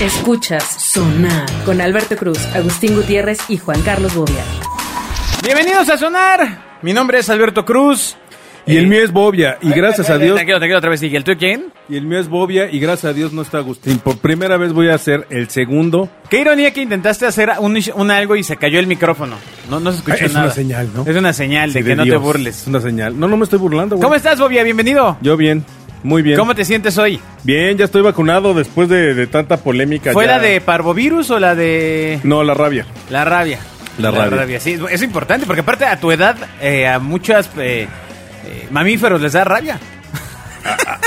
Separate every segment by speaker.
Speaker 1: Escuchas Sonar con Alberto Cruz, Agustín Gutiérrez y Juan Carlos Bobia.
Speaker 2: Bienvenidos a Sonar. Mi nombre es Alberto Cruz. Eh,
Speaker 3: Y el mío es Bobia, y gracias a Dios.
Speaker 2: Tranquilo, tranquilo, otra vez. ¿Y el tuyo quién?
Speaker 3: Y el mío es Bobia, y gracias a Dios no está Agustín. Por primera vez voy a hacer el segundo.
Speaker 2: Qué ironía que intentaste hacer un, un algo y se cayó el micrófono. No, no se escuchó
Speaker 3: Ah, es
Speaker 2: nada.
Speaker 3: una señal, ¿no?
Speaker 2: Es una señal de,
Speaker 3: Sí,
Speaker 2: que
Speaker 3: de
Speaker 2: no te
Speaker 3: Dios.
Speaker 2: burles.
Speaker 3: Es una señal. No, no me estoy burlando, güey.
Speaker 2: ¿Cómo estás, Bobia? Bienvenido.
Speaker 3: Yo bien, muy bien.
Speaker 2: ¿Cómo te sientes hoy?
Speaker 3: Bien, ya estoy vacunado después de, de tanta polémica.
Speaker 2: ¿Fue
Speaker 3: ya.
Speaker 2: la de parvovirus o la de
Speaker 3: No, la rabia.
Speaker 2: la rabia?
Speaker 3: La rabia.
Speaker 2: sí. Es importante porque aparte a tu edad eh, a muchas eh, eh, mamíferos les da rabia.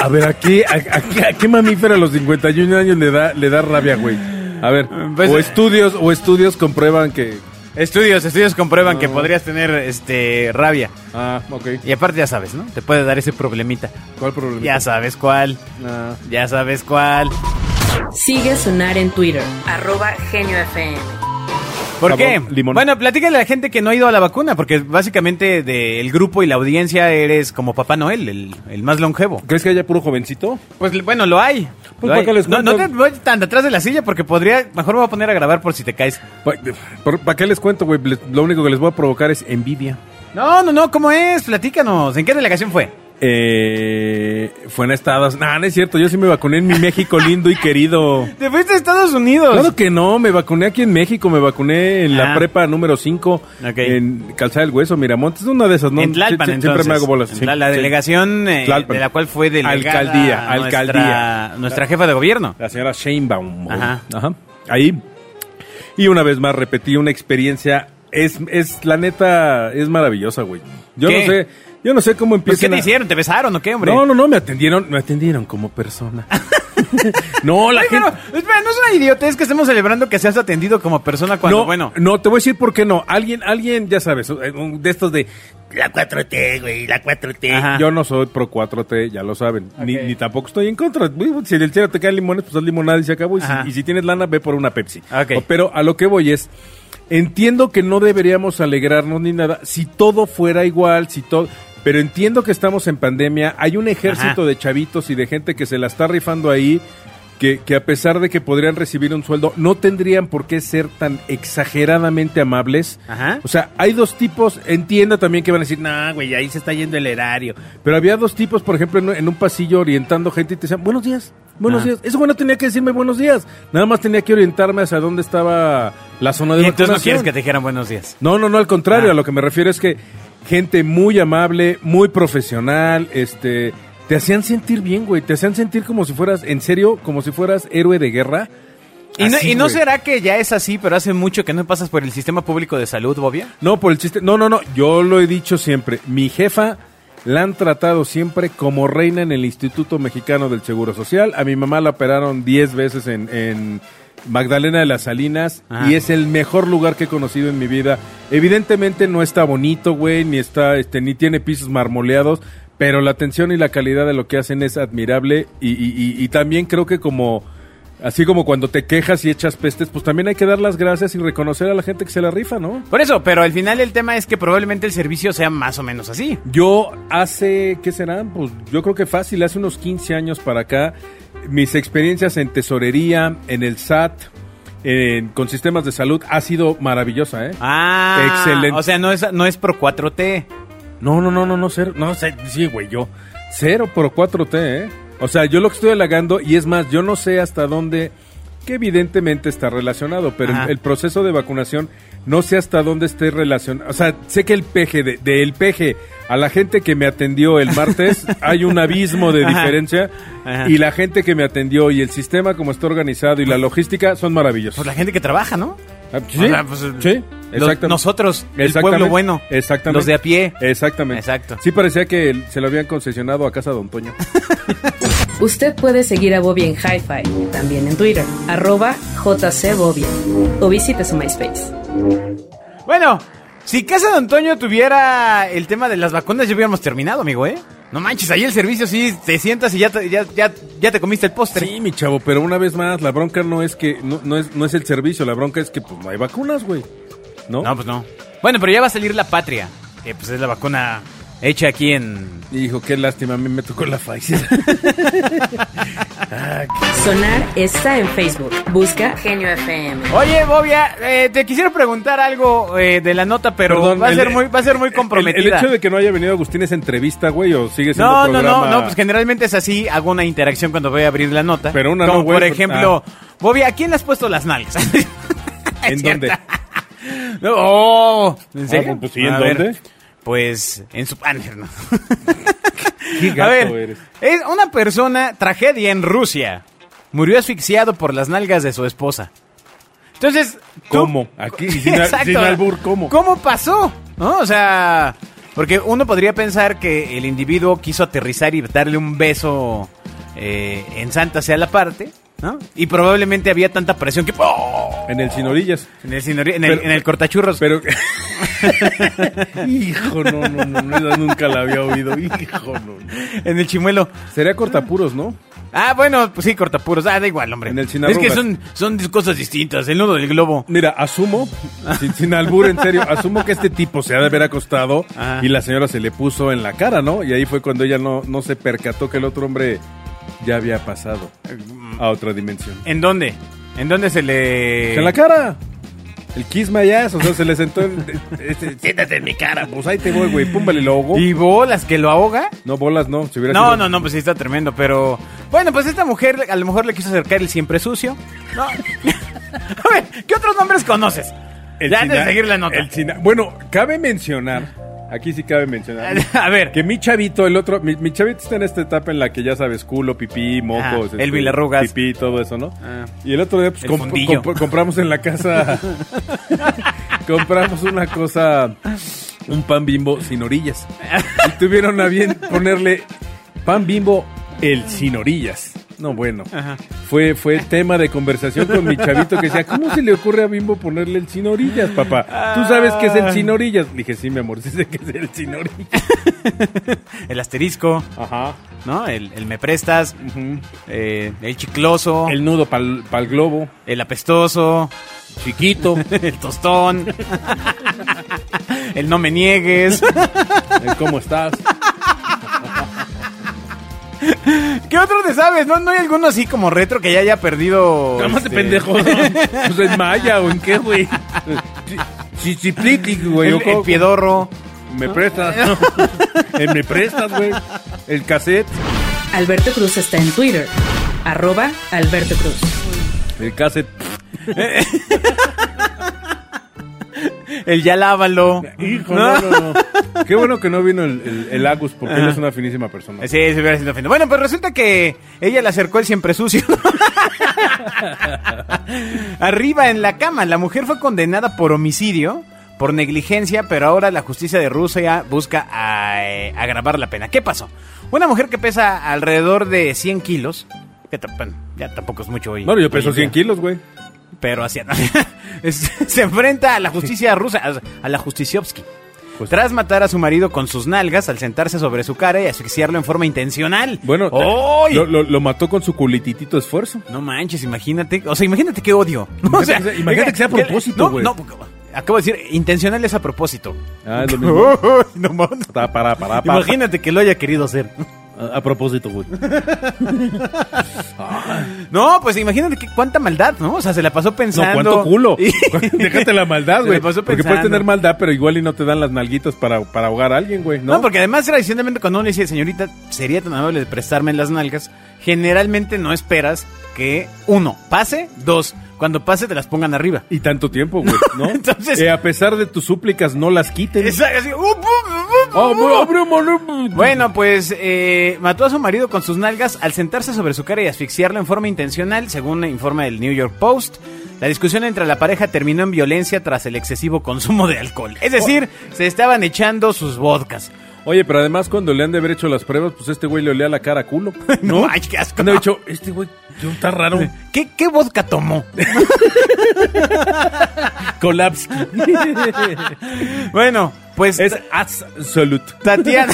Speaker 3: A, a ver, ¿a qué, a, a qué- a qué mamífero a los 51 años le da, le da rabia, güey? A ver,
Speaker 2: Pues-
Speaker 3: o estudios, o estudios comprueban que...
Speaker 2: Estudios, estudios comprueban que
Speaker 3: No.
Speaker 2: podrías tener este rabia.
Speaker 3: Ah, ok.
Speaker 2: Y aparte ya sabes, ¿no? Te puede dar ese problemita.
Speaker 3: ¿Cuál problema?
Speaker 2: Ya sabes cuál.
Speaker 3: Ah.
Speaker 2: Ya sabes cuál.
Speaker 1: Sigue a Sonar en Twitter, arroba Genio FM.
Speaker 2: ¿Por qué?
Speaker 3: Sabor, limón.
Speaker 2: Bueno, platícale a la gente que no ha ido a la vacuna, porque básicamente del grupo y la audiencia eres como Papá Noel, el, el más longevo.
Speaker 3: ¿Crees que haya puro jovencito?
Speaker 2: Pues bueno, lo hay.
Speaker 3: Pues,
Speaker 2: Lo
Speaker 3: ¿para
Speaker 2: hay.
Speaker 3: qué les
Speaker 2: no, no te
Speaker 3: cuento?
Speaker 2: voy tan atrás de la silla porque podría, mejor me voy a poner a grabar por si te caes.
Speaker 3: ¿Para qué les cuento, güey? Les- Lo único que les voy a provocar es envidia.
Speaker 2: No, no, no, ¿cómo es? Platícanos. ¿En qué delegación fue?
Speaker 3: Eh, fue en Estados... Nah, no es cierto, yo sí me vacuné en mi México lindo y querido.
Speaker 2: Te fuiste a Estados Unidos.
Speaker 3: Claro que no, me vacuné aquí en México, me vacuné en la
Speaker 2: Ah.
Speaker 3: prepa número 5,
Speaker 2: Ok.
Speaker 3: en Calzada del Hueso, Miramontes, una de esas, ¿no?
Speaker 2: en Tlalpan,
Speaker 3: Sie- sie-
Speaker 2: entonces.
Speaker 3: Siempre me hago bolas.
Speaker 2: En
Speaker 3: sí,
Speaker 2: Tla- la
Speaker 3: sí.
Speaker 2: delegación eh,
Speaker 3: Tlalpan.
Speaker 2: de la cual fue delegada
Speaker 3: Alcaldía,
Speaker 2: nuestra-
Speaker 3: alcaldía.
Speaker 2: nuestra jefa de gobierno.
Speaker 3: La señora Sheinbaum.
Speaker 2: Ajá.
Speaker 3: Ajá. Ahí. Y una vez más repetí una experiencia, es, es la neta, es maravillosa, güey. Yo
Speaker 2: ¿Qué?
Speaker 3: no sé, yo no sé cómo
Speaker 2: Pues,
Speaker 3: empieza.
Speaker 2: ¿Qué te hicieron? ¿Te besaron o qué, hombre?
Speaker 3: No, no, no, me atendieron, me atendieron como persona. no, la
Speaker 2: Oye,
Speaker 3: gente...
Speaker 2: pero, espera, no es una idiotez que estemos celebrando que seas atendido como persona cuando,
Speaker 3: no,
Speaker 2: bueno,
Speaker 3: no, te voy a decir por qué no. Alguien, alguien, ya sabes, eh, un- de estos de
Speaker 4: La 4T, güey, la 4T.
Speaker 2: Ajá.
Speaker 3: Eh, Yo no soy pro 4T, ya lo saben. Ni,
Speaker 2: Ok.
Speaker 3: ni tampoco estoy en contra. Si en el cielo te caen limones, pues haz limonada y se acabó. Y si,
Speaker 2: Ajá.
Speaker 3: y si tienes lana, ve por una Pepsi.
Speaker 2: Ok.
Speaker 3: O- Pero a lo que voy es, entiendo que no deberíamos alegrarnos ni nada. Si todo fuera igual, si todo... Pero entiendo que estamos en pandemia. Hay un ejército
Speaker 2: Ajá.
Speaker 3: de chavitos y de gente que se la está rifando ahí. Que, que a pesar de que podrían recibir un sueldo, no tendrían por qué ser tan exageradamente amables.
Speaker 2: Ajá.
Speaker 3: O sea, hay dos tipos, entiendo también que van a decir, no, pues, ah, güey, ahí se está yendo el erario. Pero había dos tipos, por ejemplo, en, en un pasillo orientando gente y te decían, buenos días, buenos
Speaker 2: Ajá.
Speaker 3: días. Eso bueno tenía que decirme buenos días. Nada más tenía que orientarme hacia dónde estaba la zona de
Speaker 2: y entonces no quieres
Speaker 3: vacunación.
Speaker 2: que te dijeran buenos días.
Speaker 3: No, no, no, al contrario,
Speaker 2: Ah.
Speaker 3: a lo que me refiero es que gente muy amable, muy profesional, este, te hacían sentir bien, güey, te hacían sentir como si fueras, en serio, como si fueras héroe de guerra.
Speaker 2: Y no,
Speaker 3: Así,
Speaker 2: y no
Speaker 3: güey.
Speaker 2: será que ya es así, pero hace mucho que no pasas por el sistema público de salud, Bobia.
Speaker 3: No, por el chiste. No, no, no. Yo lo he dicho siempre. Mi jefa la han tratado siempre como reina en el Instituto Mexicano del Seguro Social. A mi mamá la operaron 10 veces en, en Magdalena de las Salinas
Speaker 2: Ajá.
Speaker 3: y es el mejor lugar que he conocido en mi vida. Evidentemente no está bonito, güey, ni está, este, ni tiene pisos marmoleados. Pero la atención y la calidad de lo que hacen es admirable y, y- y- y también creo que como así como cuando te quejas y echas pestes, pues también hay que dar las gracias y reconocer a la gente que se la rifa, ¿no?
Speaker 2: Por eso, pero al final el tema es que probablemente el servicio sea más o menos así.
Speaker 3: Yo hace, ¿qué serán? Pues yo creo que fácil, hace unos 15 años para acá, mis experiencias en tesorería, en el SAT, en- con sistemas de salud, ha sido maravillosa, ¿eh?
Speaker 2: Ah,
Speaker 3: Excelente.
Speaker 2: O sea, no es, no es pro 4T.
Speaker 3: No, no, no, no, no, cero. No, ce- sí, güey, yo. Cero por 4T, ¿eh? O sea, yo lo que estoy halagando, y es más, yo no sé hasta dónde, que evidentemente está relacionado, pero
Speaker 2: Ajá.
Speaker 3: el, el proceso de vacunación no sé hasta dónde esté relacionado. O sea, sé que el peje, de- del peje a la gente que me atendió el martes, hay un abismo de
Speaker 2: Ajá.
Speaker 3: diferencia,
Speaker 2: Ajá.
Speaker 3: y la gente que me atendió y el sistema como está organizado y la logística son maravillosos.
Speaker 2: Pues la gente que trabaja, ¿no?
Speaker 3: Ah, Sí,
Speaker 2: o sea, pues,
Speaker 3: sí,
Speaker 2: Los-
Speaker 3: exactamente.
Speaker 2: nosotros, el
Speaker 3: Exactamente,
Speaker 2: pueblo bueno.
Speaker 3: Exactamente. Eh,
Speaker 2: Los de a pie.
Speaker 3: Exactamente.
Speaker 2: Exacto.
Speaker 3: Sí parecía que el- se lo habían concesionado a casa de Don Toño.
Speaker 1: Usted puede seguir a Bobia en Hi-Fi, también en Twitter, arroba JCBobia, o visite su MySpace.
Speaker 2: Bueno, si Casa de Antonio tuviera el tema de las vacunas, ya hubiéramos terminado, amigo, ¿eh? No manches, ahí el servicio sí te sientas y ya te, ya, ya, ya te comiste el postre.
Speaker 3: Sí, mi chavo, pero una vez más, la bronca no es que no, no es no es el servicio, la bronca es que pues no hay vacunas, güey. ¿No?
Speaker 2: No, pues no. Bueno, pero ya va a salir la patria, que pues es la vacuna hecha aquí en...
Speaker 3: Hijo, qué lástima, a mí me tocó la Pfizer.
Speaker 1: Sonar está en Facebook. Busca Genio FM.
Speaker 2: Oye, Bobia, eh, te quisiera preguntar algo eh, de la nota, pero
Speaker 3: Perdón,
Speaker 2: va, a
Speaker 3: el-
Speaker 2: ser muy, va a ser muy
Speaker 3: el-
Speaker 2: comprometida.
Speaker 3: El, hecho de que no haya venido Agustín es entrevista, güey, o sigue siendo
Speaker 2: No, no,
Speaker 3: programa.
Speaker 2: no, no, pues generalmente es así, hago una interacción cuando voy a abrir la nota.
Speaker 3: Pero una
Speaker 2: Como
Speaker 3: no, ah. güey,
Speaker 2: por
Speaker 3: pero-
Speaker 2: ejemplo, Bobby, ¿a quién le has puesto las nalgas?
Speaker 3: ¿En dónde?
Speaker 2: No, oh, ¿en
Speaker 3: Ah,
Speaker 2: serio?
Speaker 3: pues sí, ¿en
Speaker 2: A ver,
Speaker 3: dónde?
Speaker 2: Pues en su panel, ¿no?
Speaker 3: Qué gato
Speaker 2: a ver,
Speaker 3: eres.
Speaker 2: es una persona, tragedia en Rusia, murió asfixiado por las nalgas de su esposa. Entonces, tú-
Speaker 3: ¿Cómo? Aquí, y sin,
Speaker 2: Exacto.
Speaker 3: sin albur, ¿cómo?
Speaker 2: ¿Cómo pasó? ¿No? O sea, porque uno podría pensar que el individuo quiso aterrizar y darle un beso eh, en Santa sea la parte, ¿no? Y probablemente había tanta presión que... ¡Oh!
Speaker 3: En el sin orillas.
Speaker 2: En el, sinori- en el-
Speaker 3: Pero-
Speaker 2: en el cortachurros.
Speaker 3: Pero. hijo, no, no, no, no, esa nunca la había oído. Hijo, no. no.
Speaker 2: en el chimuelo.
Speaker 3: Sería cortapuros, ¿no?
Speaker 2: Ah, bueno, pues sí, cortapuros. Ah, da igual, hombre.
Speaker 3: En el sin
Speaker 2: es que
Speaker 3: arrugas.
Speaker 2: son, son dis- cosas distintas. El nudo del globo.
Speaker 3: Mira, asumo, sin, sin albur, en serio, asumo que este tipo se ha de haber acostado
Speaker 2: Ajá.
Speaker 3: y la señora se le puso en la cara, ¿no? Y ahí fue cuando ella no, no se percató que el otro hombre ya había pasado a otra dimensión.
Speaker 2: ¿En dónde? ¿En dónde se le...?
Speaker 3: En la cara. El kiss my ass, o sea, se le sentó en... este,
Speaker 4: Siéntate en mi cara.
Speaker 3: pues ahí te voy, güey, púmbale el ojo.
Speaker 2: ¿Y bolas que lo ahoga?
Speaker 3: No, bolas no, si hubiera
Speaker 2: No,
Speaker 3: sido-
Speaker 2: no, no, pues sí está tremendo, pero bueno, pues esta mujer a lo mejor le quiso acercar el siempre sucio. No. a ver, ¿qué otros nombres conoces?
Speaker 3: El
Speaker 2: ya antes de
Speaker 3: Sina-
Speaker 2: seguir la nota.
Speaker 3: el Sina- bueno, cabe mencionar, aquí sí cabe mencionar,
Speaker 2: a ver,
Speaker 3: que mi chavito, el otro, mi, mi chavito está en esta etapa en la que ya sabes, culo, pipí,
Speaker 2: Ajá,
Speaker 3: mocos, este,
Speaker 2: el bilarrugas.
Speaker 3: pipí, todo eso, ¿no?
Speaker 2: Ah.
Speaker 3: Y el otro día, pues,
Speaker 2: El
Speaker 3: comp-
Speaker 2: fundillo.
Speaker 3: comp- compramos en la casa, compramos una cosa, un pan bimbo sin orillas. Y tuvieron a bien ponerle pan bimbo el sin orillas. No, bueno. Fue, fue tema de conversación con mi chavito que decía, ¿cómo se le ocurre a Bimbo ponerle el sin orillas, papá? ¿Tú sabes qué es el
Speaker 2: Ah.
Speaker 3: sin orillas? Le dije, sí, mi amor, sí sé qué es el sin orillas.
Speaker 2: el asterisco,
Speaker 3: Ajá.
Speaker 2: ¿no? El, el me prestas, eh, el chicloso, el,
Speaker 3: El nudo para el globo.
Speaker 2: apestoso,
Speaker 3: Chiquito.
Speaker 2: el tostón, el no me niegues.
Speaker 3: el ¿Cómo estás?
Speaker 2: ¿Qué otros te sabes? ¿No, no hay alguno así como retro que ya haya perdido.
Speaker 3: Cálmate,
Speaker 2: este,
Speaker 3: pendejo. Pues en maya o en qué, güey. Chichipliqui, güey.
Speaker 2: El,
Speaker 3: o
Speaker 2: el
Speaker 3: cómo-
Speaker 2: piedorro.
Speaker 3: Me prestas. El me prestas, güey. El cassette.
Speaker 1: Alberto Cruz está en Twitter. Arroba Alberto Cruz.
Speaker 3: El cassette.
Speaker 2: El ya lávalo.
Speaker 3: Hijo,
Speaker 2: ¿No?
Speaker 3: no, no, no. Qué bueno que no vino el, el- el Agus, porque él
Speaker 2: Ajá.
Speaker 3: es una finísima persona.
Speaker 2: Sí, se hubiera sido ofendido. Bueno, pues resulta que ella le acercó el siempre sucio. Arriba en la cama, la mujer fue condenada por homicidio, por negligencia, pero ahora la justicia de Rusia busca eh, agravar la pena. ¿Qué pasó? Una mujer que pesa alrededor de 100 kilos, que t- bueno, ya tampoco es mucho hoy.
Speaker 3: Bueno, yo
Speaker 2: hoy
Speaker 3: peso
Speaker 2: en día,
Speaker 3: 100 kilos, güey.
Speaker 2: Pero hacia... es- se enfrenta a la justicia rusa, a- a la justiciovsky.
Speaker 3: Pues-
Speaker 2: Tras matar a su marido con sus nalgas al sentarse sobre su cara y asfixiarlo en forma intencional.
Speaker 3: Bueno,
Speaker 2: ¡Ay!
Speaker 3: lo, lo- lo mató con su culititito esfuerzo.
Speaker 2: No manches, imagínate. O sea, imagínate qué odio.
Speaker 3: Imagínate que sea- imagínate que sea a propósito,
Speaker 2: no,
Speaker 3: güey.
Speaker 2: No, acabo de decir, intencional es a propósito.
Speaker 3: Ah, es lo mismo.
Speaker 2: No mames.
Speaker 3: Ta, para, para, para.
Speaker 2: Imagínate que lo haya querido hacer.
Speaker 3: A, a propósito, güey.
Speaker 2: No, pues imagínate que cuánta maldad, ¿no? O sea, se la pasó
Speaker 3: No,
Speaker 2: pensando.
Speaker 3: cuánto culo.
Speaker 2: Y-
Speaker 3: Déjate la maldad,
Speaker 2: Se
Speaker 3: güey.
Speaker 2: la pasó
Speaker 3: Porque puedes
Speaker 2: pensando.
Speaker 3: tener maldad, pero igual y no te dan las nalguitas para, para ahogar a alguien, güey.
Speaker 2: ¿No?
Speaker 3: ¿no?
Speaker 2: porque además tradicionalmente cuando uno le dice, señorita, sería tan amable de prestarme las nalgas, generalmente no esperas que, uno, pase, dos, cuando pase te las pongan arriba.
Speaker 3: Y tanto tiempo, güey, ¿no?
Speaker 2: Entonces-
Speaker 3: Eh, a pesar de tus súplicas, no las quiten.
Speaker 2: Exacto, así, ¡uh, uh, uh, uh,
Speaker 3: Oh,
Speaker 2: uh!
Speaker 3: bro, bro, bro, bro.
Speaker 2: Bueno, pues eh, mató a su marido con sus nalgas al sentarse sobre su cara y asfixiarlo en forma intencional, según informa el New York Post. La discusión entre la pareja terminó en violencia tras el excesivo consumo de alcohol. Es decir, se estaban echando sus vodkas.
Speaker 3: Oye, pero además cuando le han de haber hecho las pruebas, pues este güey le olía la cara a culo.
Speaker 2: No, ay, qué asco.
Speaker 3: Han de haber dicho, este güey tío, está raro.
Speaker 2: ¿Qué, qué vodka tomó?
Speaker 3: Collapse.
Speaker 2: Bueno, pues
Speaker 3: es absolute.
Speaker 2: Tatiana,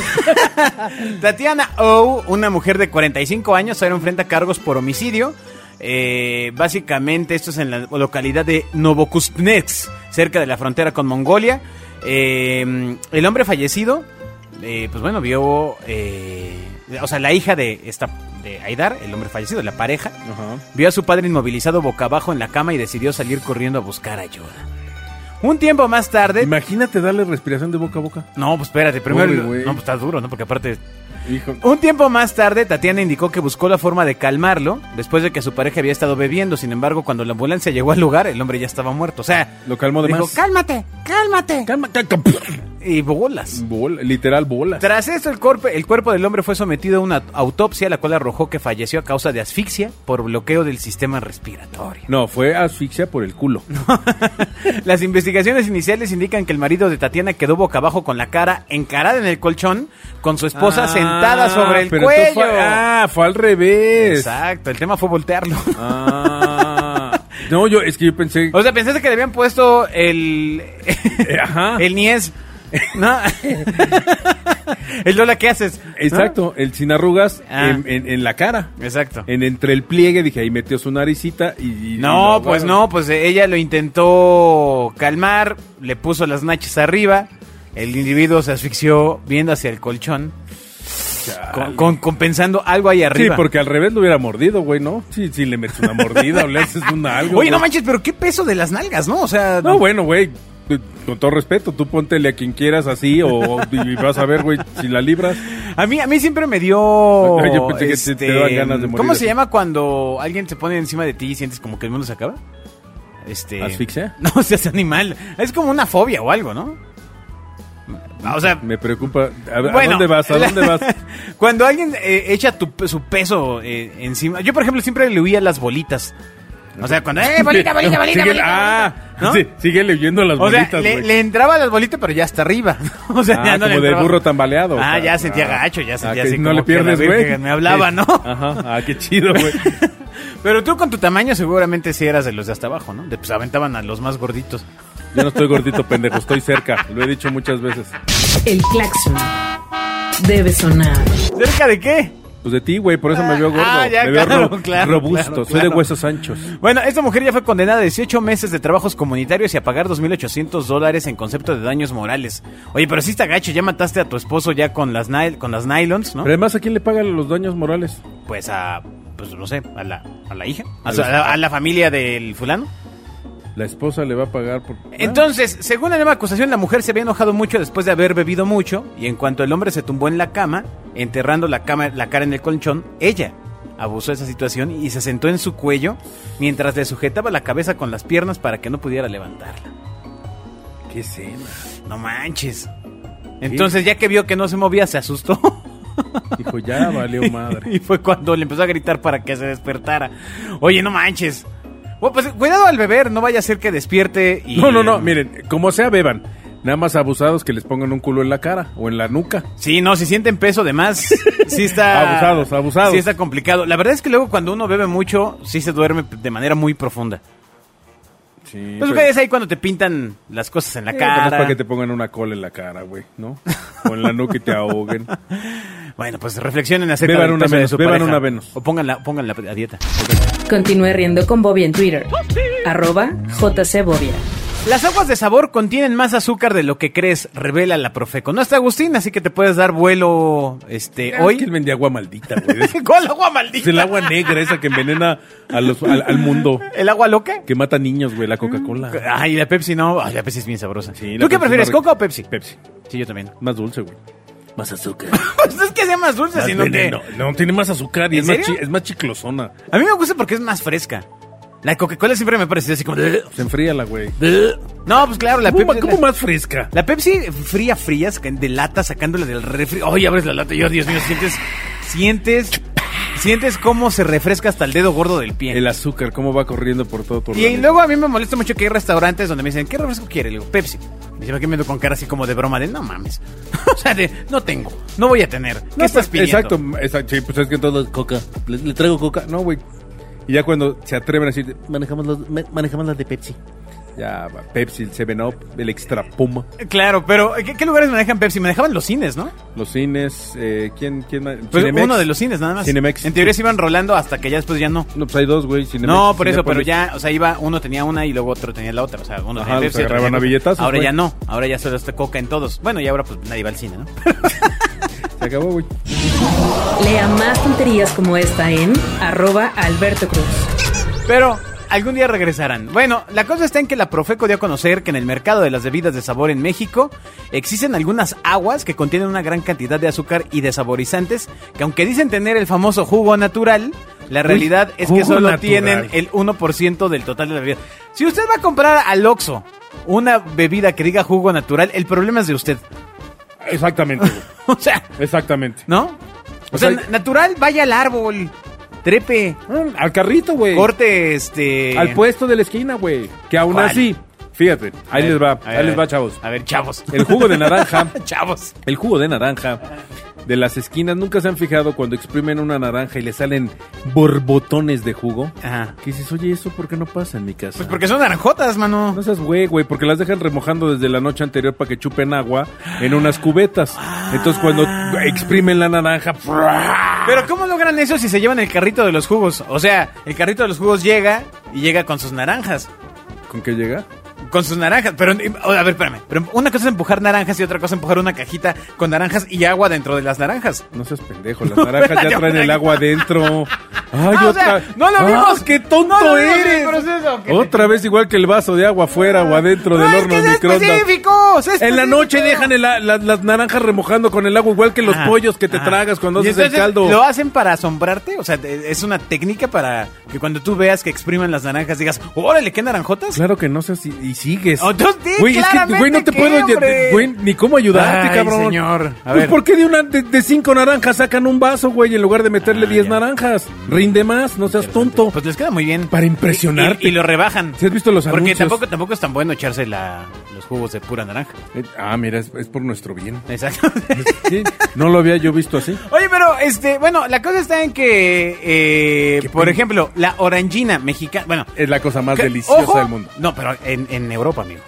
Speaker 2: Tatiana O, una mujer de 45 años, ahora enfrenta cargos por homicidio. Eh, básicamente esto es en la localidad de Novokuznesk, cerca de la frontera con Mongolia. Eh, el hombre fallecido, eh, pues bueno, vio eh, o sea, la hija de esta de Aidar, el hombre fallecido, la pareja, vio a su padre inmovilizado boca abajo en la cama y decidió salir corriendo a buscar ayuda. Un tiempo más tarde,
Speaker 3: Imagínate darle respiración de boca a boca.
Speaker 2: no, pues espérate, primero,
Speaker 3: Pobre güey.
Speaker 2: no, pues está duro, ¿no? Porque aparte
Speaker 3: Hijo.
Speaker 2: un tiempo más tarde, Tatiana indicó que buscó la forma de calmarlo después de que su pareja había estado bebiendo. Sin embargo, cuando la ambulancia llegó al lugar, el hombre ya estaba muerto. O sea,
Speaker 3: Lo calmó de
Speaker 2: dijo,
Speaker 3: más.
Speaker 2: cálmate, cálmate.
Speaker 3: Calma,
Speaker 2: Y
Speaker 3: Mm.
Speaker 2: bolas.
Speaker 3: literal bola.
Speaker 2: Tras esto, el, corpe- el cuerpo del hombre fue sometido a una autopsia, la cual arrojó que falleció a causa de asfixia por bloqueo del sistema respiratorio.
Speaker 3: No, fue asfixia por el culo.
Speaker 2: Las investigaciones iniciales indican que el marido de Tatiana quedó boca abajo con la cara encarada en el colchón, con su esposa sentada sobre el
Speaker 3: Ah, pero entonces
Speaker 2: cuello.
Speaker 3: fue- ah, fue al revés.
Speaker 2: Exacto, el tema fue voltearlo.
Speaker 3: Ah. No, yo es que yo pensé. eh,
Speaker 2: O sea, pensaste que le habían puesto el.
Speaker 3: Ajá.
Speaker 2: El Nies. ¿No? el Lola, ¿qué haces? ¿No?
Speaker 3: Exacto, el sin arrugas
Speaker 2: Ah.
Speaker 3: en, en- en la cara.
Speaker 2: Exacto.
Speaker 3: En entre el pliegue, dije, ahí metió su naricita y. y- y
Speaker 2: No,
Speaker 3: lo
Speaker 2: pues
Speaker 3: agarraron.
Speaker 2: no, pues ella lo intentó calmar, le puso las nachas arriba, el individuo se asfixió viendo hacia el colchón, con- con- compensando algo ahí
Speaker 3: Sí,
Speaker 2: arriba.
Speaker 3: porque al revés lo hubiera mordido, güey, ¿no? Sí, sí, le metes una mordida o le haces una algo.
Speaker 2: Oye, no
Speaker 3: güey.
Speaker 2: manches, pero qué peso de las nalgas, ¿no? O sea,
Speaker 3: No, bueno, güey. tú- Con todo respeto, tú póntele a quien quieras así o y vas a ver, güey, si la libras.
Speaker 2: A mí, a mí siempre me dio. este,
Speaker 3: Yo pensé que te- te daban ganas de morir
Speaker 2: ¿Cómo
Speaker 3: así.
Speaker 2: se llama cuando alguien se pone encima de ti y sientes como que el mundo se acaba? Este.
Speaker 3: ¿Asfixia?
Speaker 2: No seas animal. Es como una fobia o algo, ¿no? O sea.
Speaker 3: Me preocupa. ¿A, a
Speaker 2: bueno,
Speaker 3: dónde vas? ¿A
Speaker 2: la-
Speaker 3: dónde vas?
Speaker 2: Cuando alguien eh, echa tu pe- su peso eh, encima. Yo, por ejemplo, siempre le huía a las bolitas. O sea, cuando. ¡Eh, bolita, bolita, bolita!
Speaker 3: Sigue-
Speaker 2: bolita,
Speaker 3: ah,
Speaker 2: bolita", ¿no?
Speaker 3: sí, sigue leyendo las
Speaker 2: O sea,
Speaker 3: bolitas,
Speaker 2: le,
Speaker 3: güey.
Speaker 2: le entraba a las bolitas, pero ya hasta arriba. O sea,
Speaker 3: Ah,
Speaker 2: ya no le
Speaker 3: como de
Speaker 2: entraba.
Speaker 3: burro tambaleado.
Speaker 2: Ah,
Speaker 3: o sea,
Speaker 2: ya sentía
Speaker 3: ah.
Speaker 2: gacho, ya sentía
Speaker 3: Ah, que
Speaker 2: así
Speaker 3: No
Speaker 2: como
Speaker 3: le
Speaker 2: que
Speaker 3: pierdes,
Speaker 2: la
Speaker 3: güey.
Speaker 2: Virgen me hablaba, ¿no?
Speaker 3: Ajá, ah, qué chido, güey.
Speaker 2: Pero tú con tu tamaño seguramente sí eras de los de hasta abajo, ¿no? De, pues aventaban a los más gorditos.
Speaker 3: Yo no estoy gordito, pendejo, estoy cerca. Lo he dicho muchas veces.
Speaker 1: El claxon debe sonar.
Speaker 2: ¿Cerca de qué?
Speaker 3: Pues de ti, güey, por eso me veo gordo.
Speaker 2: Ah, ya,
Speaker 3: me veo
Speaker 2: claro,
Speaker 3: ro-
Speaker 2: claro,
Speaker 3: robusto,
Speaker 2: claro,
Speaker 3: soy de
Speaker 2: claro.
Speaker 3: huesos anchos.
Speaker 2: Bueno, esta mujer ya fue condenada a 18 meses de trabajos comunitarios y a pagar 2.800 dólares en concepto de daños morales. Oye, pero sí está gacho, ya mataste a tu esposo ya con las, nai- con las nylons, ¿no?
Speaker 3: Pero además, ¿a quién le pagan los daños morales?
Speaker 2: Pues a, pues no sé, a la, a la hija, a,
Speaker 3: A
Speaker 2: su-
Speaker 3: los-
Speaker 2: a la- a la familia del fulano.
Speaker 3: La esposa le va a pagar por...
Speaker 2: Entonces, según la nueva acusación, la mujer se había enojado mucho después de haber bebido mucho y en cuanto el hombre se tumbó en la cama, enterrando la, cama, la cara en el colchón, ella abusó de esa situación y se sentó en su cuello mientras le sujetaba la cabeza con las piernas para que no pudiera levantarla.
Speaker 3: Ah, qué cena.
Speaker 2: No manches. Entonces, ya que vio que no se movía, se asustó.
Speaker 3: Dijo, ya valió madre.
Speaker 2: Y fue cuando le empezó a gritar para que se despertara. Oye, no manches. Bueno, pues cuidado al beber, no vaya a ser que despierte y...
Speaker 3: No, no, no, miren, como sea, beban. Nada más abusados que les pongan un culo en la cara o en la nuca.
Speaker 2: Sí, no, si sienten peso de más, sí está...
Speaker 3: Abusados, abusados.
Speaker 2: Sí está complicado. La verdad es que luego cuando uno bebe mucho, sí se duerme de manera muy profunda.
Speaker 3: Sí,
Speaker 2: Pues ustedes ahí cuando te pintan las cosas en la cara.
Speaker 3: para que te pongan una cola en la cara, güey, ¿no? O en la nuca y te ahoguen.
Speaker 2: Bueno, pues reflexionen acerca
Speaker 3: Beban
Speaker 2: del
Speaker 3: una
Speaker 2: peso de
Speaker 3: menos,
Speaker 2: su
Speaker 3: beban
Speaker 2: pareja.
Speaker 3: una menos.
Speaker 2: O pónganla, pónganla a dieta.
Speaker 1: Continúe riendo con Bobia en Twitter. Arroba JC Bobia.
Speaker 2: Las aguas de sabor contienen más azúcar de lo que crees, revela la Profeco. No está Agustín, así que te puedes dar vuelo este
Speaker 3: Hoy... que él
Speaker 2: hoy.
Speaker 3: vendía agua maldita, güey. Es-
Speaker 2: ¿Cuál agua
Speaker 3: Es
Speaker 2: maldita?
Speaker 3: el agua negra esa que envenena a los, al, al mundo.
Speaker 2: ¿El agua loca?
Speaker 3: Que mata niños, güey, la Coca-Cola.
Speaker 2: Ay, la Pepsi no. Ay, la Pepsi es bien sabrosa.
Speaker 3: Ah. Sí, la
Speaker 2: Mm. ¿Tú qué
Speaker 3: Pepsi
Speaker 2: prefieres,
Speaker 3: está rica.
Speaker 2: Coca o Pepsi?
Speaker 3: Pepsi.
Speaker 2: Sí, yo también.
Speaker 3: Más dulce, güey.
Speaker 4: Más azúcar.
Speaker 2: Pues es que sea más dulce,
Speaker 3: Más
Speaker 2: sino que...
Speaker 3: veneno. No, tiene más azúcar y
Speaker 2: ¿En
Speaker 3: es más,
Speaker 2: serio?
Speaker 3: chi- es más chiclosona.
Speaker 2: A mí me gusta porque es más fresca. La Coca-Cola siempre me ha parecido así como... "Ugh,
Speaker 3: Se enfría la güey.
Speaker 2: ugh". No, pues claro, la
Speaker 3: ¿Cómo,
Speaker 2: Pepsi...
Speaker 3: ma- cómo más fresca?
Speaker 2: La Pepsi fría, frías, de lata, sacándola del refri. Ay, abres la lata y yo, Dios mío, sientes... Sientes... Sientes cómo se refresca hasta el dedo gordo del pie.
Speaker 3: El azúcar, cómo va corriendo por todo tu
Speaker 2: Y
Speaker 3: organismo.
Speaker 2: luego a mí me molesta mucho que hay restaurantes donde me dicen, ¿qué refresco quiere? Le digo, Pepsi. Me dicen, ¿por qué me veo con cara así como de broma? De, no mames. o sea, de, no tengo, no voy a tener. ¿Qué
Speaker 3: No,
Speaker 2: estás
Speaker 3: pues,
Speaker 2: pidiendo?
Speaker 3: Exacto, exacto. Sí, pues es que todo es coca. Le, le traigo coca. No, güey. Y ya cuando se atreven a decir,
Speaker 4: Manejamos, los, ma- manejamos las de Pepsi.
Speaker 3: ya, va, Pepsi, el 7-Up, el Extra Puma,
Speaker 2: Claro, pero ¿qué, qué lugares manejan Pepsi? Manejaban los cines, ¿no?
Speaker 3: los cines, eh, ¿quién, quién? más?
Speaker 2: Pues
Speaker 3: Cinemex.
Speaker 2: uno de los cines, nada más.
Speaker 3: Cinemex.
Speaker 2: En teoría se iban rolando hasta que ya después ya no.
Speaker 3: No, pues hay dos, güey. Cinemex,
Speaker 2: no, por eso, pero
Speaker 3: Cinépolis.
Speaker 2: ya, o sea, iba, uno tenía una y luego otro tenía la otra. O sea, uno
Speaker 3: Ajá,
Speaker 2: tenía
Speaker 3: los
Speaker 2: Pepsi, otro tenía
Speaker 3: agarraban a
Speaker 2: Coca.
Speaker 3: billetazos,
Speaker 2: Ahora
Speaker 3: güey.
Speaker 2: ya no, ahora ya solo está coca en todos. Bueno, y ahora pues nadie va al cine, ¿no?
Speaker 3: Se acabó, güey.
Speaker 1: Lea más tonterías como esta en arroba Alberto Cruz.
Speaker 2: Pero algún día regresarán. Bueno, la cosa está en que la Profeco dio a conocer que en el mercado de las bebidas de sabor en México existen algunas aguas que contienen una gran cantidad de azúcar y de saborizantes que aunque dicen tener el famoso jugo natural, la realidad es que
Speaker 3: jugo
Speaker 2: solo
Speaker 3: natural.
Speaker 2: tienen el 1% del total de la bebida. Si usted va a comprar al Oxxo una bebida que diga jugo natural, el problema es de usted.
Speaker 3: Exactamente, güey.
Speaker 2: O sea,
Speaker 3: Exactamente.
Speaker 2: ¿no? O
Speaker 3: O
Speaker 2: sea,
Speaker 3: sea,
Speaker 2: na- natural, vaya al árbol, trepe,
Speaker 3: Mm, Al carrito, güey.
Speaker 2: corte este...
Speaker 3: Al puesto de la esquina, güey. Que aún
Speaker 2: ¿Cuál?
Speaker 3: así, fíjate,
Speaker 2: A
Speaker 3: ahí
Speaker 2: ver,
Speaker 3: les va,
Speaker 2: a ver,
Speaker 3: ahí
Speaker 2: a
Speaker 3: les
Speaker 2: ver.
Speaker 3: va, chavos.
Speaker 2: A ver, chavos.
Speaker 3: El jugo de naranja,
Speaker 2: Chavos.
Speaker 3: el jugo de naranja de las esquinas, ¿nunca se han fijado cuando exprimen una naranja y le salen borbotones de jugo?
Speaker 2: Ajá.
Speaker 3: Que dices, oye, ¿eso por qué no pasa en mi casa?
Speaker 2: Pues porque son naranjotas, mano.
Speaker 3: No seas güey, güey, porque las dejan remojando desde la noche anterior para que chupen agua en unas cubetas. Entonces cuando
Speaker 2: Ah.
Speaker 3: exprimen la naranja, ¡fra!
Speaker 2: Pero ¿cómo logran eso si se llevan el carrito de los jugos? O sea, el carrito de los jugos llega y llega con sus naranjas.
Speaker 3: ¿con qué llega?
Speaker 2: Con sus naranjas. Pero, eh, a ver, espérame. Pero una cosa es empujar naranjas y otra cosa es empujar una cajita con naranjas y agua dentro de las naranjas.
Speaker 3: No seas pendejo, las naranjas ya
Speaker 2: yo
Speaker 3: traen el
Speaker 2: traigo.
Speaker 3: agua adentro. Ay,
Speaker 2: Ah, o
Speaker 3: otra.
Speaker 2: sea, no lo
Speaker 3: Ah,
Speaker 2: vimos.
Speaker 3: ¡Qué tonto
Speaker 2: No lo vimos en el
Speaker 3: eres!
Speaker 2: proceso, que-
Speaker 3: Otra vez igual que el vaso de agua afuera o adentro del
Speaker 2: ¡Ay,
Speaker 3: horno
Speaker 2: que
Speaker 3: de
Speaker 2: sea
Speaker 3: microondas.
Speaker 2: específico! ¡Sea
Speaker 3: En la
Speaker 2: específico!
Speaker 3: noche dejan el a- las- las naranjas remojando con el agua, igual que los
Speaker 2: Ajá,
Speaker 3: pollos que te
Speaker 2: ajá.
Speaker 3: tragas cuando
Speaker 2: Ah. Y
Speaker 3: haces el
Speaker 2: entonces,
Speaker 3: caldo.
Speaker 2: ¿Lo hacen para asombrarte? O sea, te- es una técnica para que cuando tú veas que exprimen las naranjas digas, órale, qué naranjotas.
Speaker 3: Claro que no sé si y sigues.
Speaker 2: Oh, tú di
Speaker 3: Güey, es que
Speaker 2: claramente
Speaker 3: güey no te
Speaker 2: qué,
Speaker 3: puedo ya-
Speaker 2: hombre.
Speaker 3: güey, ni cómo ayudarte,
Speaker 2: Ay,
Speaker 3: cabrón.
Speaker 2: señor. A
Speaker 3: Pues
Speaker 2: ver.
Speaker 3: ¿por qué de una de, de cinco naranjas sacan un vaso, güey, en lugar de meterle
Speaker 2: Ah,
Speaker 3: 10
Speaker 2: ya.
Speaker 3: naranjas? Rinde más, no seas tonto.
Speaker 2: Pues les queda muy bien.
Speaker 3: Para impresionarte.
Speaker 2: Y, y- y lo rebajan.
Speaker 3: ¿Sí has visto los
Speaker 2: Porque
Speaker 3: anuncios?
Speaker 2: tampoco tampoco es tan bueno echarse la- los jugos de pura naranja.
Speaker 3: Eh, ah, mira, es, es por nuestro bien.
Speaker 2: Exacto.
Speaker 3: Sí, no lo había yo visto así.
Speaker 2: Oye, pero, este, bueno, la cosa está en que, eh,
Speaker 3: Qué
Speaker 2: por
Speaker 3: pena.
Speaker 2: ejemplo, la orangina mexicana, bueno.
Speaker 3: Es la cosa más
Speaker 2: que-
Speaker 3: deliciosa
Speaker 2: ojo,
Speaker 3: del mundo.
Speaker 2: No, pero en, en Europa, amigo.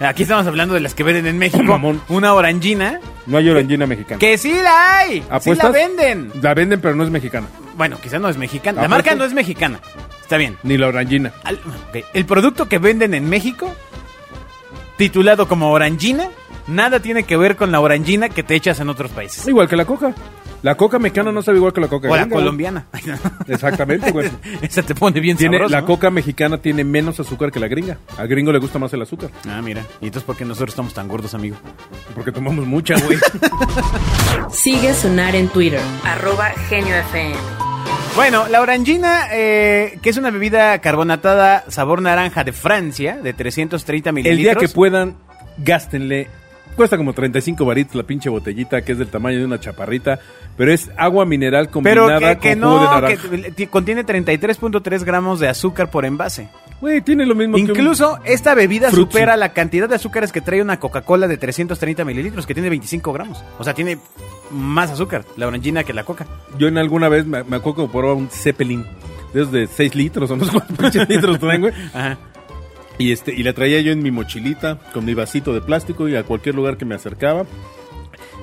Speaker 2: Aquí estamos hablando de las que venden en México.
Speaker 3: Mamón.
Speaker 2: Una orangina,
Speaker 3: No hay orangina mexicana.
Speaker 2: que sí la hay. Sí la
Speaker 3: ¿Apuestas?
Speaker 2: venden.
Speaker 3: La venden, pero no es mexicana.
Speaker 2: Bueno, quizá no es mexicana. La
Speaker 3: ¿Apuestas?
Speaker 2: marca no es mexicana. Está bien.
Speaker 3: Ni la orangina.
Speaker 2: Al- ok, El producto que venden en México, titulado como orangina, nada tiene que ver con la orangina que te echas en otros países.
Speaker 3: Igual que la coca. La coca mexicana no sabe igual que la coca
Speaker 2: O la
Speaker 3: gringa.
Speaker 2: colombiana.
Speaker 3: Exactamente, güey.
Speaker 2: Esa te pone bien
Speaker 3: Tiene,
Speaker 2: sabroso,
Speaker 3: la
Speaker 2: ¿no?
Speaker 3: coca mexicana tiene menos azúcar que la gringa. Al gringo le gusta más el azúcar.
Speaker 2: Ah, mira. ¿Y entonces por qué nosotros estamos tan gordos, amigo?
Speaker 3: Porque tomamos mucha, güey.
Speaker 1: Sigue Sonar en Twitter, arroba Genio FM.
Speaker 2: Bueno, la orangina, eh, que es una bebida carbonatada sabor naranja de Francia, de 330
Speaker 3: el día
Speaker 2: mililitros.
Speaker 3: que puedan, gástenle. Cuesta como 35 varitos la pinche botellita, que es del tamaño de una chaparrita. Pero es agua mineral
Speaker 2: Pero
Speaker 3: combinada
Speaker 2: que, que
Speaker 3: con jugo de
Speaker 2: no,
Speaker 3: naranja.
Speaker 2: que t- contiene 33.3 gramos de azúcar por envase.
Speaker 3: Güey, tiene lo mismo que un-
Speaker 2: Incluso esta bebida
Speaker 3: Fruitsy.
Speaker 2: supera la cantidad de azúcares que trae una Coca-Cola de 330 mililitros, que tiene 25 gramos. O sea, tiene más azúcar la orangina que la coca.
Speaker 3: Yo en alguna vez me, me acuerdo que probaba un Zeppelin. De esos de 6 litros, o no sé cuántos pinches litros traen, güey.
Speaker 2: Ajá.
Speaker 3: Y, este, y la traía yo en mi mochilita, con mi vasito de plástico y a cualquier lugar que me acercaba.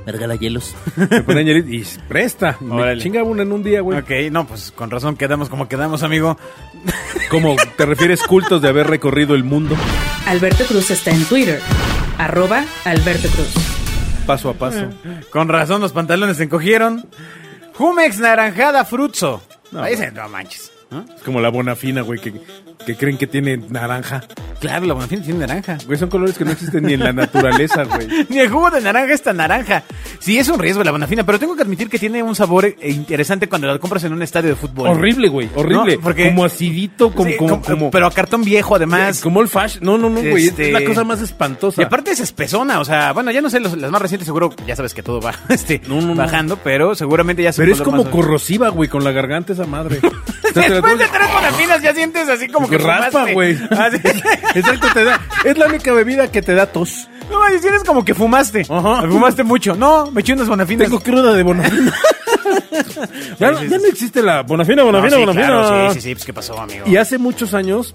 Speaker 4: Me regala hielos.
Speaker 3: Me ponían hielito y presta. Me
Speaker 2: Órale.
Speaker 3: chingaba una en un día, güey.
Speaker 2: Ok, no, pues con razón quedamos como quedamos, amigo.
Speaker 3: Como te refieres cultos de haber recorrido el mundo
Speaker 1: Alberto Cruz está en Twitter, arroba Alberto Cruz.
Speaker 3: paso a paso.
Speaker 2: Con razón los pantalones se encogieron. Jumex naranjada frutzo.
Speaker 3: No,
Speaker 2: Ahí
Speaker 3: bueno.
Speaker 2: se- no manches. ¿no?
Speaker 3: Es como la bonafina, güey, que, que creen que tiene naranja.
Speaker 2: Claro, la bonafina tiene naranja.
Speaker 3: Güey, son colores que no existen ni en la naturaleza, güey.
Speaker 2: Ni el jugo de naranja es tan naranja. Sí, es un riesgo la bonafina, pero tengo que admitir que tiene un sabor eh, interesante cuando la compras en un estadio de fútbol.
Speaker 3: Horrible, güey, horrible.
Speaker 2: No, porque-
Speaker 3: Como acidito, como,
Speaker 2: Sí,
Speaker 3: como,
Speaker 2: com-
Speaker 3: como-
Speaker 2: Pero a cartón viejo, además.
Speaker 3: como el fash. No, no, no, güey.
Speaker 2: Este-
Speaker 3: Es la cosa más espantosa.
Speaker 2: y aparte es espesona, o sea, bueno, ya no sé, los- las más recientes seguro, ya sabes que todo va este,
Speaker 3: No, no, no.
Speaker 2: bajando, pero seguramente ya se
Speaker 3: pero es como corrosiva, güey, con la garganta esa madre. O sea, te la
Speaker 2: Después de
Speaker 3: tomas-
Speaker 2: tres bonafinas ya sientes así como que
Speaker 3: Porque raspa,
Speaker 2: fumaste. Ah,
Speaker 3: güey.
Speaker 2: Así-
Speaker 3: Exacto, te da. Es la única bebida que te da tos.
Speaker 2: No, mames, tienes como que fumaste.
Speaker 3: Ajá.
Speaker 2: Fumaste mucho. No, me eché unas bonafinas.
Speaker 3: Tengo cruda de bonafina. ya,
Speaker 2: Sí, sí,
Speaker 3: ya
Speaker 2: sí.
Speaker 3: no existe la bonafina,
Speaker 2: No,
Speaker 3: bonafina,
Speaker 2: sí,
Speaker 3: bonafina.
Speaker 2: claro, sí, sí, sí, pues qué pasó, amigo.
Speaker 3: Y hace muchos años,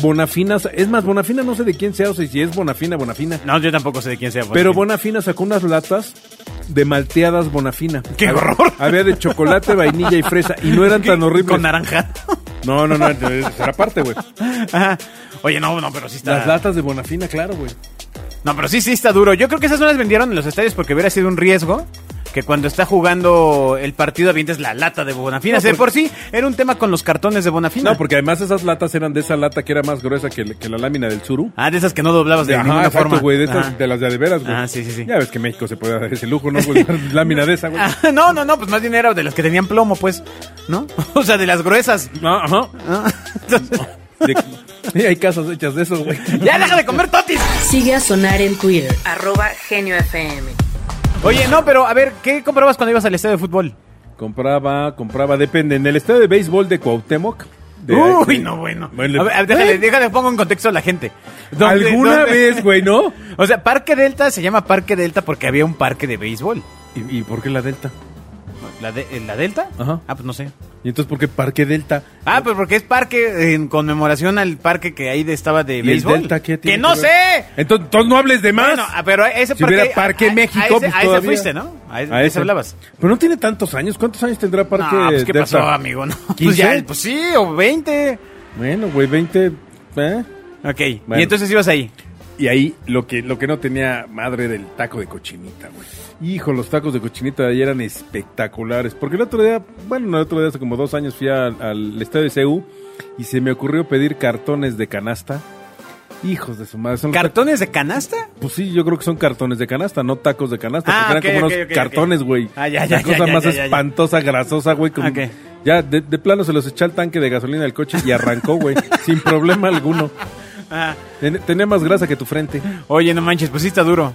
Speaker 3: Bonafina, sa- es más, Bonafina no sé de quién sea, o sea, si es Bonafina, Bonafina.
Speaker 2: No, yo tampoco sé de quién sea. bueno
Speaker 3: Pero Bonafina sacó unas latas de malteadas Bonafina.
Speaker 2: ¡Qué horror!
Speaker 3: Había de chocolate, vainilla y fresa, y no eran tan horribles.
Speaker 2: Con naranja.
Speaker 3: No, no, no, era aparte, güey.
Speaker 2: Ajá. Oye, no, no, pero sí está.
Speaker 3: Las latas de Bonafina, claro, güey.
Speaker 2: No, pero sí, sí está duro. Yo creo que esas no las vendieron en los estadios porque hubiera sido un riesgo. que cuando está jugando el partido avientes la lata de Bonafina.
Speaker 3: No,
Speaker 2: de
Speaker 3: porque-
Speaker 2: por sí era un tema con los cartones de Bonafina.
Speaker 3: No, porque además esas latas eran de esa lata que era más gruesa que, la- que la lámina del suru.
Speaker 2: Ah, de esas que no doblabas de
Speaker 3: Ajá,
Speaker 2: ninguna
Speaker 3: exacto,
Speaker 2: forma.
Speaker 3: güey, de, estas-
Speaker 2: Ajá.
Speaker 3: de las de a de veras, güey.
Speaker 2: Ah, sí, sí, sí.
Speaker 3: Ya ves que México se puede dar ese lujo, ¿no? güey? lámina de esa, güey.
Speaker 2: Ah, no, no, no, pues más bien era de las que tenían plomo, pues, ¿no? O sea, de las gruesas.
Speaker 3: Ah, Ajá.
Speaker 2: ¿no? Entonces,
Speaker 3: De- Sí, hay casas hechas de eso, güey.
Speaker 2: ya deja de comer totis.
Speaker 1: Sigue a Sonar en Twitter, arroba Genio FM.
Speaker 2: Oye, no, pero a ver, ¿qué comprabas cuando ibas al estadio de fútbol?
Speaker 3: Compraba, compraba, depende. En el estadio de béisbol de Cuauhtémoc. de-
Speaker 2: Uy,
Speaker 3: de-
Speaker 2: no, bueno.
Speaker 3: Bueno,
Speaker 2: A ver, a ver, déjale,
Speaker 3: ¿eh?
Speaker 2: déjale, pongo en contexto a la gente. ¿Dónde-
Speaker 3: Alguna
Speaker 2: dónde-
Speaker 3: vez, güey, ¿no?
Speaker 2: O sea, Parque Delta se llama Parque Delta porque había un parque de béisbol.
Speaker 3: ¿Y, y por qué la Delta?
Speaker 2: ¿La, de- eh, ¿la Delta?
Speaker 3: Ajá.
Speaker 2: Ah, pues no sé.
Speaker 3: ¿Y entonces por qué Parque Delta?
Speaker 2: Ah, pues porque es parque en conmemoración al parque que ahí de- estaba de
Speaker 3: ¿Y el
Speaker 2: béisbol.
Speaker 3: Delta qué tiene
Speaker 2: ¡Que no
Speaker 3: que ver?
Speaker 2: sé!
Speaker 3: Entonces, entonces no hables de más.
Speaker 2: Bueno, ah, pero ese
Speaker 3: Si
Speaker 2: parque.
Speaker 3: hubiera Parque
Speaker 2: a- a-
Speaker 3: México,
Speaker 2: a ese,
Speaker 3: pues,
Speaker 2: a ese
Speaker 3: todavía.
Speaker 2: fuiste, ¿no? A ese,
Speaker 3: A
Speaker 2: de ese
Speaker 3: ese.
Speaker 2: hablabas.
Speaker 3: Pero no tiene tantos años. ¿Cuántos años tendrá Parque
Speaker 2: no, pues, ¿qué
Speaker 3: Delta?
Speaker 2: pasó, amigo? No, pues
Speaker 3: ¿Quince?
Speaker 2: ya, pues sí, o 20.
Speaker 3: Bueno, güey, 20. ¿eh?
Speaker 2: Ok,
Speaker 3: Bueno.
Speaker 2: y entonces ibas ahí.
Speaker 3: Y ahí lo que, lo que no tenía madre del taco de cochinita, güey. Hijo, los tacos de cochinita de ahí eran espectaculares. Porque el otro día, bueno, no, el otro día, hace como dos años fui al, al estadio de CEU y se me ocurrió pedir cartones de canasta. Hijos de su madre. Son los
Speaker 2: ¿Cartones de canasta?
Speaker 3: tacos- Pues sí, yo creo que son cartones de canasta, no tacos de canasta.
Speaker 2: Ah,
Speaker 3: porque
Speaker 2: ok,
Speaker 3: eran como
Speaker 2: ok,
Speaker 3: unos
Speaker 2: ok,
Speaker 3: cartones,
Speaker 2: ok.
Speaker 3: güey.
Speaker 2: Ah, ya, ya,
Speaker 3: La cosa
Speaker 2: ya, ya,
Speaker 3: más
Speaker 2: ya, ya, ya.
Speaker 3: espantosa, grasosa, güey. como-
Speaker 2: Ok.
Speaker 3: Ya, de, de plano se los eché al tanque de gasolina del coche y arrancó, güey. sin problema alguno.
Speaker 2: Ah,
Speaker 3: Ten- Tenía más grasa que tu frente.
Speaker 2: oye, no manches, pues sí está duro.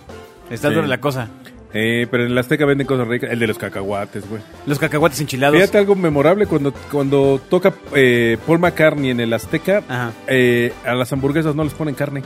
Speaker 2: Está
Speaker 3: Sí.
Speaker 2: dura la cosa.
Speaker 3: Eh, pero en el Azteca venden cosas ricas. El de los cacahuates, güey.
Speaker 2: Los cacahuates enchilados.
Speaker 3: Fíjate algo memorable cuando, cuando toca eh, Paul McCartney en el Azteca.
Speaker 2: Ajá.
Speaker 3: eh, a las hamburguesas no les ponen carne.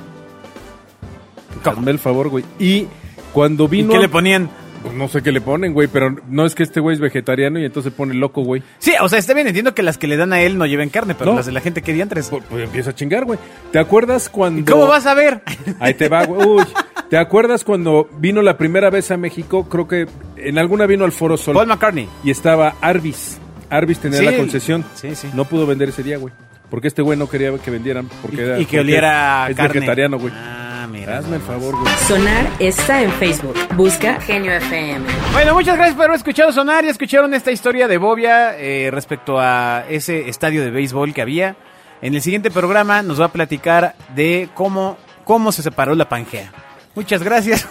Speaker 2: ¿Cómo?
Speaker 3: Hazme el favor, güey. Y cuando
Speaker 2: ¿Y
Speaker 3: vino.
Speaker 2: qué le ponían?
Speaker 3: Pues no sé qué le ponen, güey, pero no es que este güey es vegetariano y entonces se pone loco, güey.
Speaker 2: Sí, o sea, está bien, entiendo que las que le dan a él no lleven carne, pero
Speaker 3: No.
Speaker 2: las de la gente que diantres.
Speaker 3: Pues, pues empieza a chingar, güey. ¿Te acuerdas cuando.
Speaker 2: ¿Cómo vas a ver?
Speaker 3: Ahí te va, güey. Uy. ¿Te acuerdas cuando vino la primera vez a México? Creo que en alguna vino al Foro Sol.
Speaker 2: Paul McCartney.
Speaker 3: y estaba Arvis. Arvis tenía
Speaker 2: Sí,
Speaker 3: la concesión.
Speaker 2: sí, sí.
Speaker 3: No pudo vender ese día, güey. Porque este güey no quería que vendieran. Porque
Speaker 2: Y,
Speaker 3: era,
Speaker 2: y que
Speaker 3: porque
Speaker 2: oliera a
Speaker 3: es
Speaker 2: carne.
Speaker 3: vegetariano, güey.
Speaker 2: Ah, mira.
Speaker 3: Hazme el
Speaker 2: nada más.
Speaker 3: favor, güey.
Speaker 1: Sonar está en Facebook. Busca Genio FM.
Speaker 2: Bueno, muchas gracias por haber escuchado sonar y escucharon esta historia de Bobia eh, respecto a ese estadio de béisbol que había. En el siguiente programa nos va a platicar de cómo, cómo se separó la Pangea. Muchas gracias.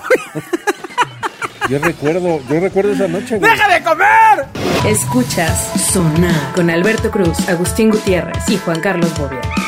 Speaker 3: Yo recuerdo, yo recuerdo esa noche, güey.
Speaker 2: ¡Deja de comer!
Speaker 1: Escuchas Sonar con Alberto Cruz, Agustín Gutiérrez y Juan Carlos Bobia.